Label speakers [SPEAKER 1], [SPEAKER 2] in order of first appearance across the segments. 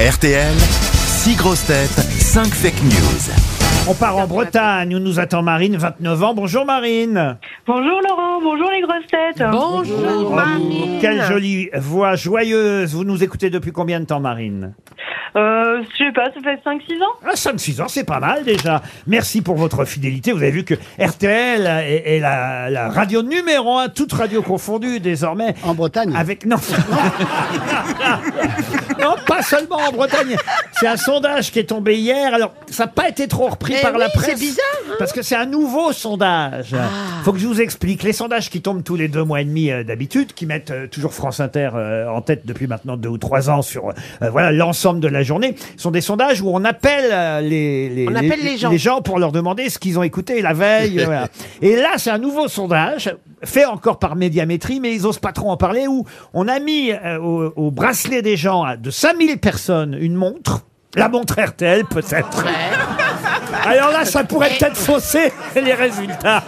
[SPEAKER 1] RTL, 6 grosses têtes, 5 fake news.
[SPEAKER 2] On part en Bretagne où nous attend Marine, 29 ans. Bonjour Marine.
[SPEAKER 3] Bonjour Laurent, bonjour les grosses têtes.
[SPEAKER 4] Bonjour Marine.
[SPEAKER 2] Quelle jolie voix joyeuse. Vous nous écoutez depuis combien de temps Marine
[SPEAKER 3] Euh, je sais pas, ça fait 5-6 ans
[SPEAKER 2] Ah, 5-6 ans, c'est pas mal déjà. Merci pour votre fidélité. Vous avez vu que RTL est, est la, la radio numéro 1, toute radio confondue désormais.
[SPEAKER 4] En Bretagne.
[SPEAKER 2] Avec non. non, pas seulement en Bretagne. C'est un sondage qui est tombé hier. Alors, ça n'a pas été trop repris
[SPEAKER 4] Mais
[SPEAKER 2] par la
[SPEAKER 4] Eh oui,
[SPEAKER 2] presse.
[SPEAKER 4] c'est bizarre, hein. Ah.
[SPEAKER 2] Parce que c'est un nouveau sondage. Faut que je vous explique. Les sondages qui tombent tous les deux mois et demi euh, d'habitude, qui mettent euh, toujours France Inter euh, en tête depuis maintenant deux ou trois ans sur euh, voilà l'ensemble de la journée, sont des sondages où on appelle euh, les, les-
[SPEAKER 4] On appelle les gens.
[SPEAKER 2] les gens pour leur demander ce qu'ils ont écouté la veille. euh, voilà. Et là, c'est un nouveau sondage fait encore par médiamétrie, mais ils osent pas trop en parler, où on a mis euh, au, au bracelet des gens à- de 5000 personnes une montre, la montre RTL peut-être. Alors là, ça pourrait peut-être fausser les résultats.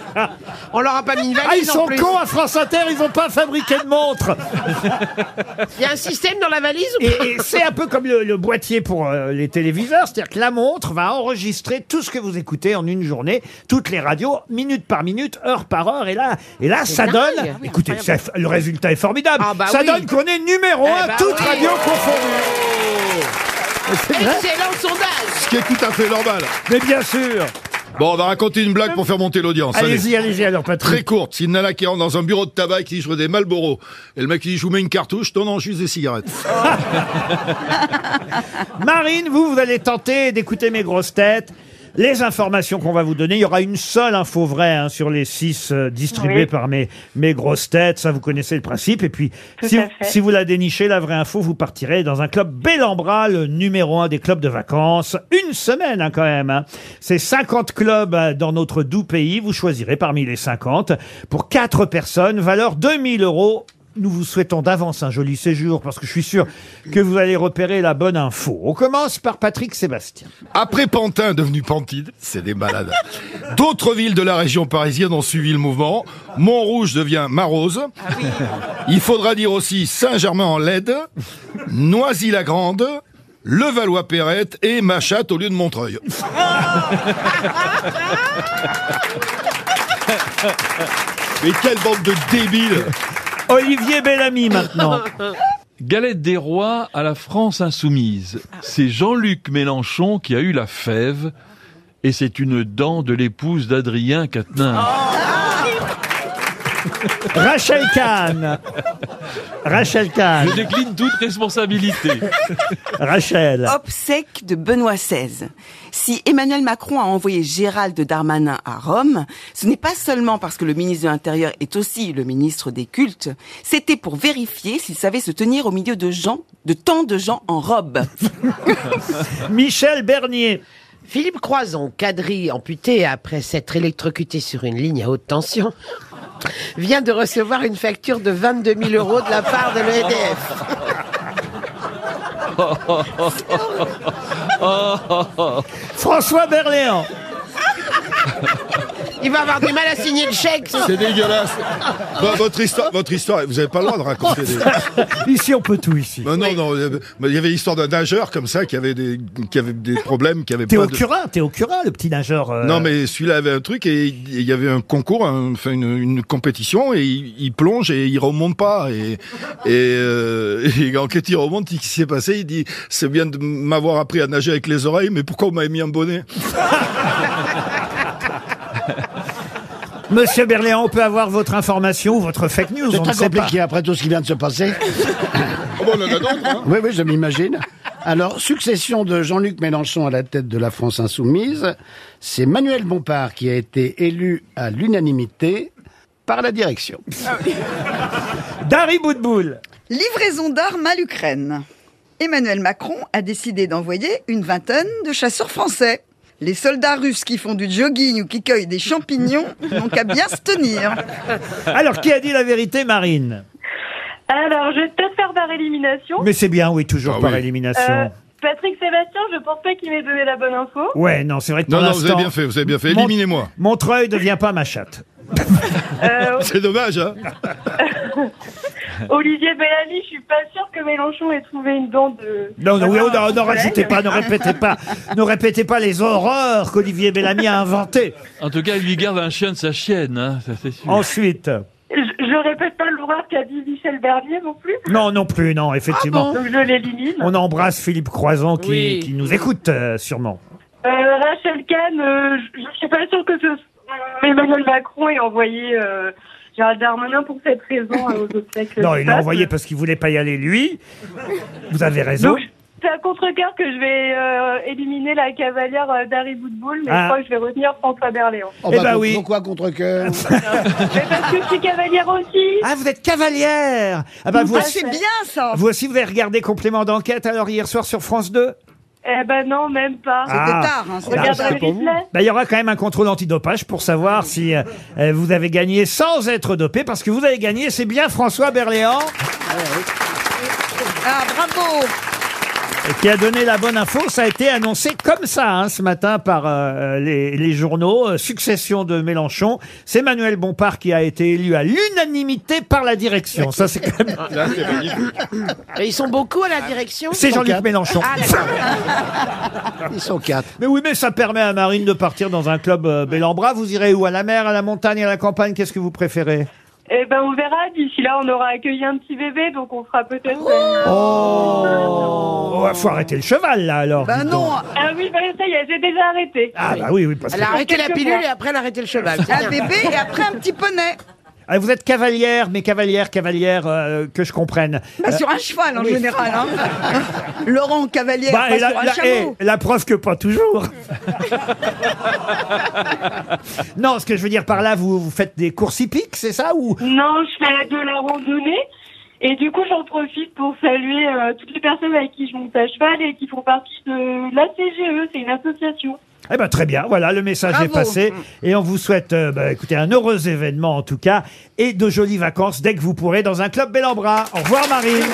[SPEAKER 4] On leur a pas mis une valise
[SPEAKER 2] Ah, ils
[SPEAKER 4] en
[SPEAKER 2] sont
[SPEAKER 4] plus.
[SPEAKER 2] cons à France Inter, ils n'ont pas fabriqué de montre.
[SPEAKER 4] Il y a un système dans la valise ou
[SPEAKER 2] Et, et c'est un peu comme le, le boîtier pour euh, les téléviseurs, c'est-à-dire que la montre va enregistrer tout ce que vous écoutez en une journée, toutes les radios, minute par minute, heure par heure, et là, et là, ça
[SPEAKER 4] dingue.
[SPEAKER 2] donne.
[SPEAKER 4] Ah oui,
[SPEAKER 2] écoutez, c'est- le résultat est formidable.
[SPEAKER 4] Ah bah
[SPEAKER 2] ça
[SPEAKER 4] oui.
[SPEAKER 2] donne qu'on est numéro un,
[SPEAKER 4] bah
[SPEAKER 2] toutes
[SPEAKER 4] oui.
[SPEAKER 2] radios confondues.
[SPEAKER 4] pas Excellent sondage.
[SPEAKER 5] Ce qui est tout à fait normal.
[SPEAKER 2] Mais bien sûr.
[SPEAKER 5] Bon, on va raconter une blague pour faire monter l'audience. allez.
[SPEAKER 2] Allez-y, allez-y, alors
[SPEAKER 5] Très
[SPEAKER 2] Patrick.
[SPEAKER 5] courte. une nana qui rentre dans un bureau de tabac et qui dit je veux des Malboro. Et le mec qui dit je vous mets une cartouche. Non, non, juste des cigarettes.
[SPEAKER 2] Marine, vous, vous allez tenter d'écouter mes grosses têtes. Les informations qu'on va vous donner, il y aura une seule info vraie hein, sur les six euh, distribuées
[SPEAKER 3] Oui.
[SPEAKER 2] par mes, mes grosses têtes. Ça, vous connaissez le principe. Et puis,
[SPEAKER 3] Tout
[SPEAKER 2] si,
[SPEAKER 3] à
[SPEAKER 2] vous-
[SPEAKER 3] fait.
[SPEAKER 2] si vous la dénichez, la vraie info, vous partirez dans un club Bellambra, le numéro un des clubs de vacances. Une semaine, hein, quand même. hein. C'est 50 clubs euh, dans notre doux pays. Vous choisirez parmi les 50 pour quatre personnes, valeur 2000 euros. Nous vous souhaitons d'avance un joli séjour parce que je suis sûr que vous allez repérer la bonne info. On commence par Patrick Sébastien.
[SPEAKER 5] Après Pantin, devenu Pantide, c'est des malades. D'autres villes de la région parisienne ont suivi le mouvement. Montrouge devient Marose. Il faudra dire aussi Saint-Germain-en-Laide, Noisy-la-Grande, Levallois-Perrette et Machatte au lieu de Montreuil. Mais quelle bande de débiles
[SPEAKER 2] Olivier Bellamy maintenant.
[SPEAKER 6] Galette des rois à la France insoumise. C'est Jean-Luc Mélenchon qui a eu la fève et c'est une dent de l'épouse d'Adrien Quatennens.
[SPEAKER 2] Rachel Kahn. Rachel Kahn.
[SPEAKER 6] Je décline toute responsabilité.
[SPEAKER 2] Rachel.
[SPEAKER 7] Obsèque de Benoît XVI. Si Emmanuel Macron a envoyé Gérald Darmanin à Rome, ce n'est pas seulement parce que le ministre de l'Intérieur est aussi le ministre des cultes, c'était pour vérifier s'il savait se tenir au milieu de gens, de tant de gens en robe.
[SPEAKER 2] Michel Bernier.
[SPEAKER 4] Philippe Croison, quadrille amputé après s'être électrocuté sur une ligne à haute tension, vient de recevoir une facture de 22 000 euros de la part de E l'EDF.
[SPEAKER 2] François Berléand.
[SPEAKER 4] Il va avoir du mal à signer le chèque. ce-
[SPEAKER 5] C'est dégueulasse Bah, votre, histoire, votre histoire, vous n'avez pas le droit de raconter des...
[SPEAKER 2] Ici, on peut tout ici.
[SPEAKER 5] Bah non, non, il y avait- mais il y avait l'histoire d'un nageur comme ça qui avait des, qui avait des problèmes, qui avait
[SPEAKER 2] Théo
[SPEAKER 5] pas bah, de...
[SPEAKER 2] Curin, Théo Curin, le petit nageur. euh,
[SPEAKER 5] Non, mais celui-là avait un truc et il y avait un concours, un- enfin une, une compétition et il, il plonge et il remonte pas et et, euh, et en fait, il remonte, il- qu'est-ce qui s'est passé Il dit c'est bien de m'avoir appris à nager avec les oreilles, mais pourquoi on m'avait mis un bonnet
[SPEAKER 2] Monsieur Berléand, on peut avoir votre information ou votre fake news,
[SPEAKER 8] C'est
[SPEAKER 2] on ne
[SPEAKER 8] très
[SPEAKER 2] sait pas.
[SPEAKER 8] compliqué après tout ce qui vient de se passer.
[SPEAKER 5] Oh, bon, on en a d'autres, hein
[SPEAKER 8] Oui, oui, je m'imagine. Alors, succession de Jean-Luc Mélenchon à la tête de la France insoumise, c'est Manuel Bompard qui a été élu à l'unanimité par la direction.
[SPEAKER 2] Dari Boudboul.
[SPEAKER 9] Livraison d'armes à l'Ukraine. Emmanuel Macron a décidé d'envoyer une vingtaine de chasseurs français. Les soldats russes qui font du jogging ou qui cueillent des champignons n'ont qu'à bien se tenir.
[SPEAKER 2] Alors, qui a dit la vérité, Marine
[SPEAKER 3] Alors, je vais peut-être faire par élimination.
[SPEAKER 2] Mais c'est bien, oui, toujours
[SPEAKER 5] Ah
[SPEAKER 2] par
[SPEAKER 5] oui.
[SPEAKER 2] élimination.
[SPEAKER 3] Euh, Patrick Sébastien, je pense pas qu'il m'ait donné la bonne info.
[SPEAKER 2] Ouais, non, c'est vrai que
[SPEAKER 5] Non,
[SPEAKER 2] pour
[SPEAKER 5] non, vous avez
[SPEAKER 2] l'instant,
[SPEAKER 5] bien fait, vous avez bien fait.
[SPEAKER 2] Mon-
[SPEAKER 5] Éliminez-moi.
[SPEAKER 2] Montreuil devient pas ma chatte.
[SPEAKER 3] Euh,
[SPEAKER 5] C'est dommage, hein
[SPEAKER 3] Olivier Bellamy, je suis pas sûre que Mélenchon ait trouvé une dent de...
[SPEAKER 2] Non, non, oui, oh, non,
[SPEAKER 3] Ah,
[SPEAKER 2] ne rajoutez pas, ne répétez pas, ne répétez pas les horreurs qu'Olivier Bellamy a inventées.
[SPEAKER 6] En tout cas, il lui garde un chien de sa chienne, hein, ça c'est sûr.
[SPEAKER 2] Ensuite,
[SPEAKER 3] Je, je répète pas l'horreur qu'a dit Michel Bernier non plus.
[SPEAKER 2] non, non plus, non, effectivement.
[SPEAKER 3] Donc je l'élimine.
[SPEAKER 2] On embrasse Philippe Croison qui,
[SPEAKER 4] Oui.
[SPEAKER 2] qui nous écoute euh, sûrement.
[SPEAKER 3] Euh, Rachel Kahn, euh, je je suis pas sûre que ce... Emmanuel Macron ait envoyé euh, Gérald Darmanin pour cette raison euh, aux obsèques.
[SPEAKER 2] Non,
[SPEAKER 3] du
[SPEAKER 2] il l'a
[SPEAKER 3] pape.
[SPEAKER 2] envoyé parce qu'il voulait pas y aller lui. Vous avez raison.
[SPEAKER 3] Donc, C'est à contre-cœur que je vais euh, éliminer la cavalière euh, d'Harry Bootbull, mais
[SPEAKER 2] Ah.
[SPEAKER 3] je crois que je vais retenir François Berléand.
[SPEAKER 8] Oh,
[SPEAKER 2] Eh ben
[SPEAKER 8] pour-
[SPEAKER 2] oui.
[SPEAKER 8] Pourquoi contre cœur
[SPEAKER 3] Mais parce que je suis cavalière aussi
[SPEAKER 2] Ah, vous êtes cavalière. Ah bah vous
[SPEAKER 9] Ah,
[SPEAKER 2] aussi,
[SPEAKER 9] c'est bien ça.
[SPEAKER 2] vous aussi vous avez regardé complément d'enquête alors hier soir sur France 2.
[SPEAKER 3] Eh ben non, même pas.
[SPEAKER 2] Ah.
[SPEAKER 9] C'était tard. Hein, c'était
[SPEAKER 2] Ah,
[SPEAKER 3] Regarde
[SPEAKER 9] tard.
[SPEAKER 3] la
[SPEAKER 2] c'était pour
[SPEAKER 3] replay.
[SPEAKER 2] Bah, il y aura quand même un contrôle antidopage pour savoir si euh, euh, vous avez gagné sans être dopé, parce que vous avez gagné, c'est bien François Berléand
[SPEAKER 9] Ah, bravo.
[SPEAKER 2] qui a donné la bonne info. Ça a été annoncé comme ça hein, ce matin par euh, les, les journaux. Euh, Succession de Mélenchon. C'est Manuel Bompard qui a été élu à l'unanimité par la direction. Ça, c'est quand même...
[SPEAKER 4] Et Ah, ils sont beaucoup à la direction
[SPEAKER 2] C'est Jean-Luc Mélenchon.
[SPEAKER 4] Ah, d'accord.
[SPEAKER 8] Ils sont quatre.
[SPEAKER 2] Mais oui, mais ça permet à Marine de partir dans un club euh, bel en bras. Vous irez où À la mer, à la montagne, à la campagne Qu'est-ce que vous préférez
[SPEAKER 3] Eh ben on verra, d'ici là on aura accueilli un petit bébé, donc on fera peut-être... une-
[SPEAKER 2] Oh, faut arrêter le cheval là alors.
[SPEAKER 4] Bah
[SPEAKER 9] Ben
[SPEAKER 2] dis
[SPEAKER 9] non.
[SPEAKER 2] donc.
[SPEAKER 3] Ah oui, ben ça y est, j'ai déjà arrêté.
[SPEAKER 2] Ah bah oui, oui, parce que...
[SPEAKER 4] Elle a arrêté la
[SPEAKER 3] Quelques
[SPEAKER 4] pilule
[SPEAKER 3] mois.
[SPEAKER 4] et après elle a arrêté le cheval. C'est
[SPEAKER 9] Un
[SPEAKER 4] bien.
[SPEAKER 9] bébé et après un petit poney.
[SPEAKER 2] Ah, vous êtes cavalière, mais cavalière, cavalière, euh, que je comprenne.
[SPEAKER 9] Bah, sur un cheval en général. Hein. Laurent Cavalier,
[SPEAKER 2] Bah,
[SPEAKER 9] pas
[SPEAKER 2] et la,
[SPEAKER 9] sur un
[SPEAKER 2] la-
[SPEAKER 9] chameau.
[SPEAKER 2] et la preuve que pas toujours. non, ce que je veux dire par là, vous, vous faites des courses hippiques, c'est ça ou
[SPEAKER 3] Non, je fais de la randonnée, et du coup j'en profite pour saluer euh, toutes les personnes avec qui je monte à cheval et qui font partie de la CGE, c'est une association.
[SPEAKER 2] Eh ben très bien, voilà, le message est
[SPEAKER 9] Bravo.
[SPEAKER 2] passé. Et on vous souhaite, euh, bah, écoutez, un heureux événement en tout cas, et de jolies vacances dès que vous pourrez dans un club bel en bras. Au revoir Marine.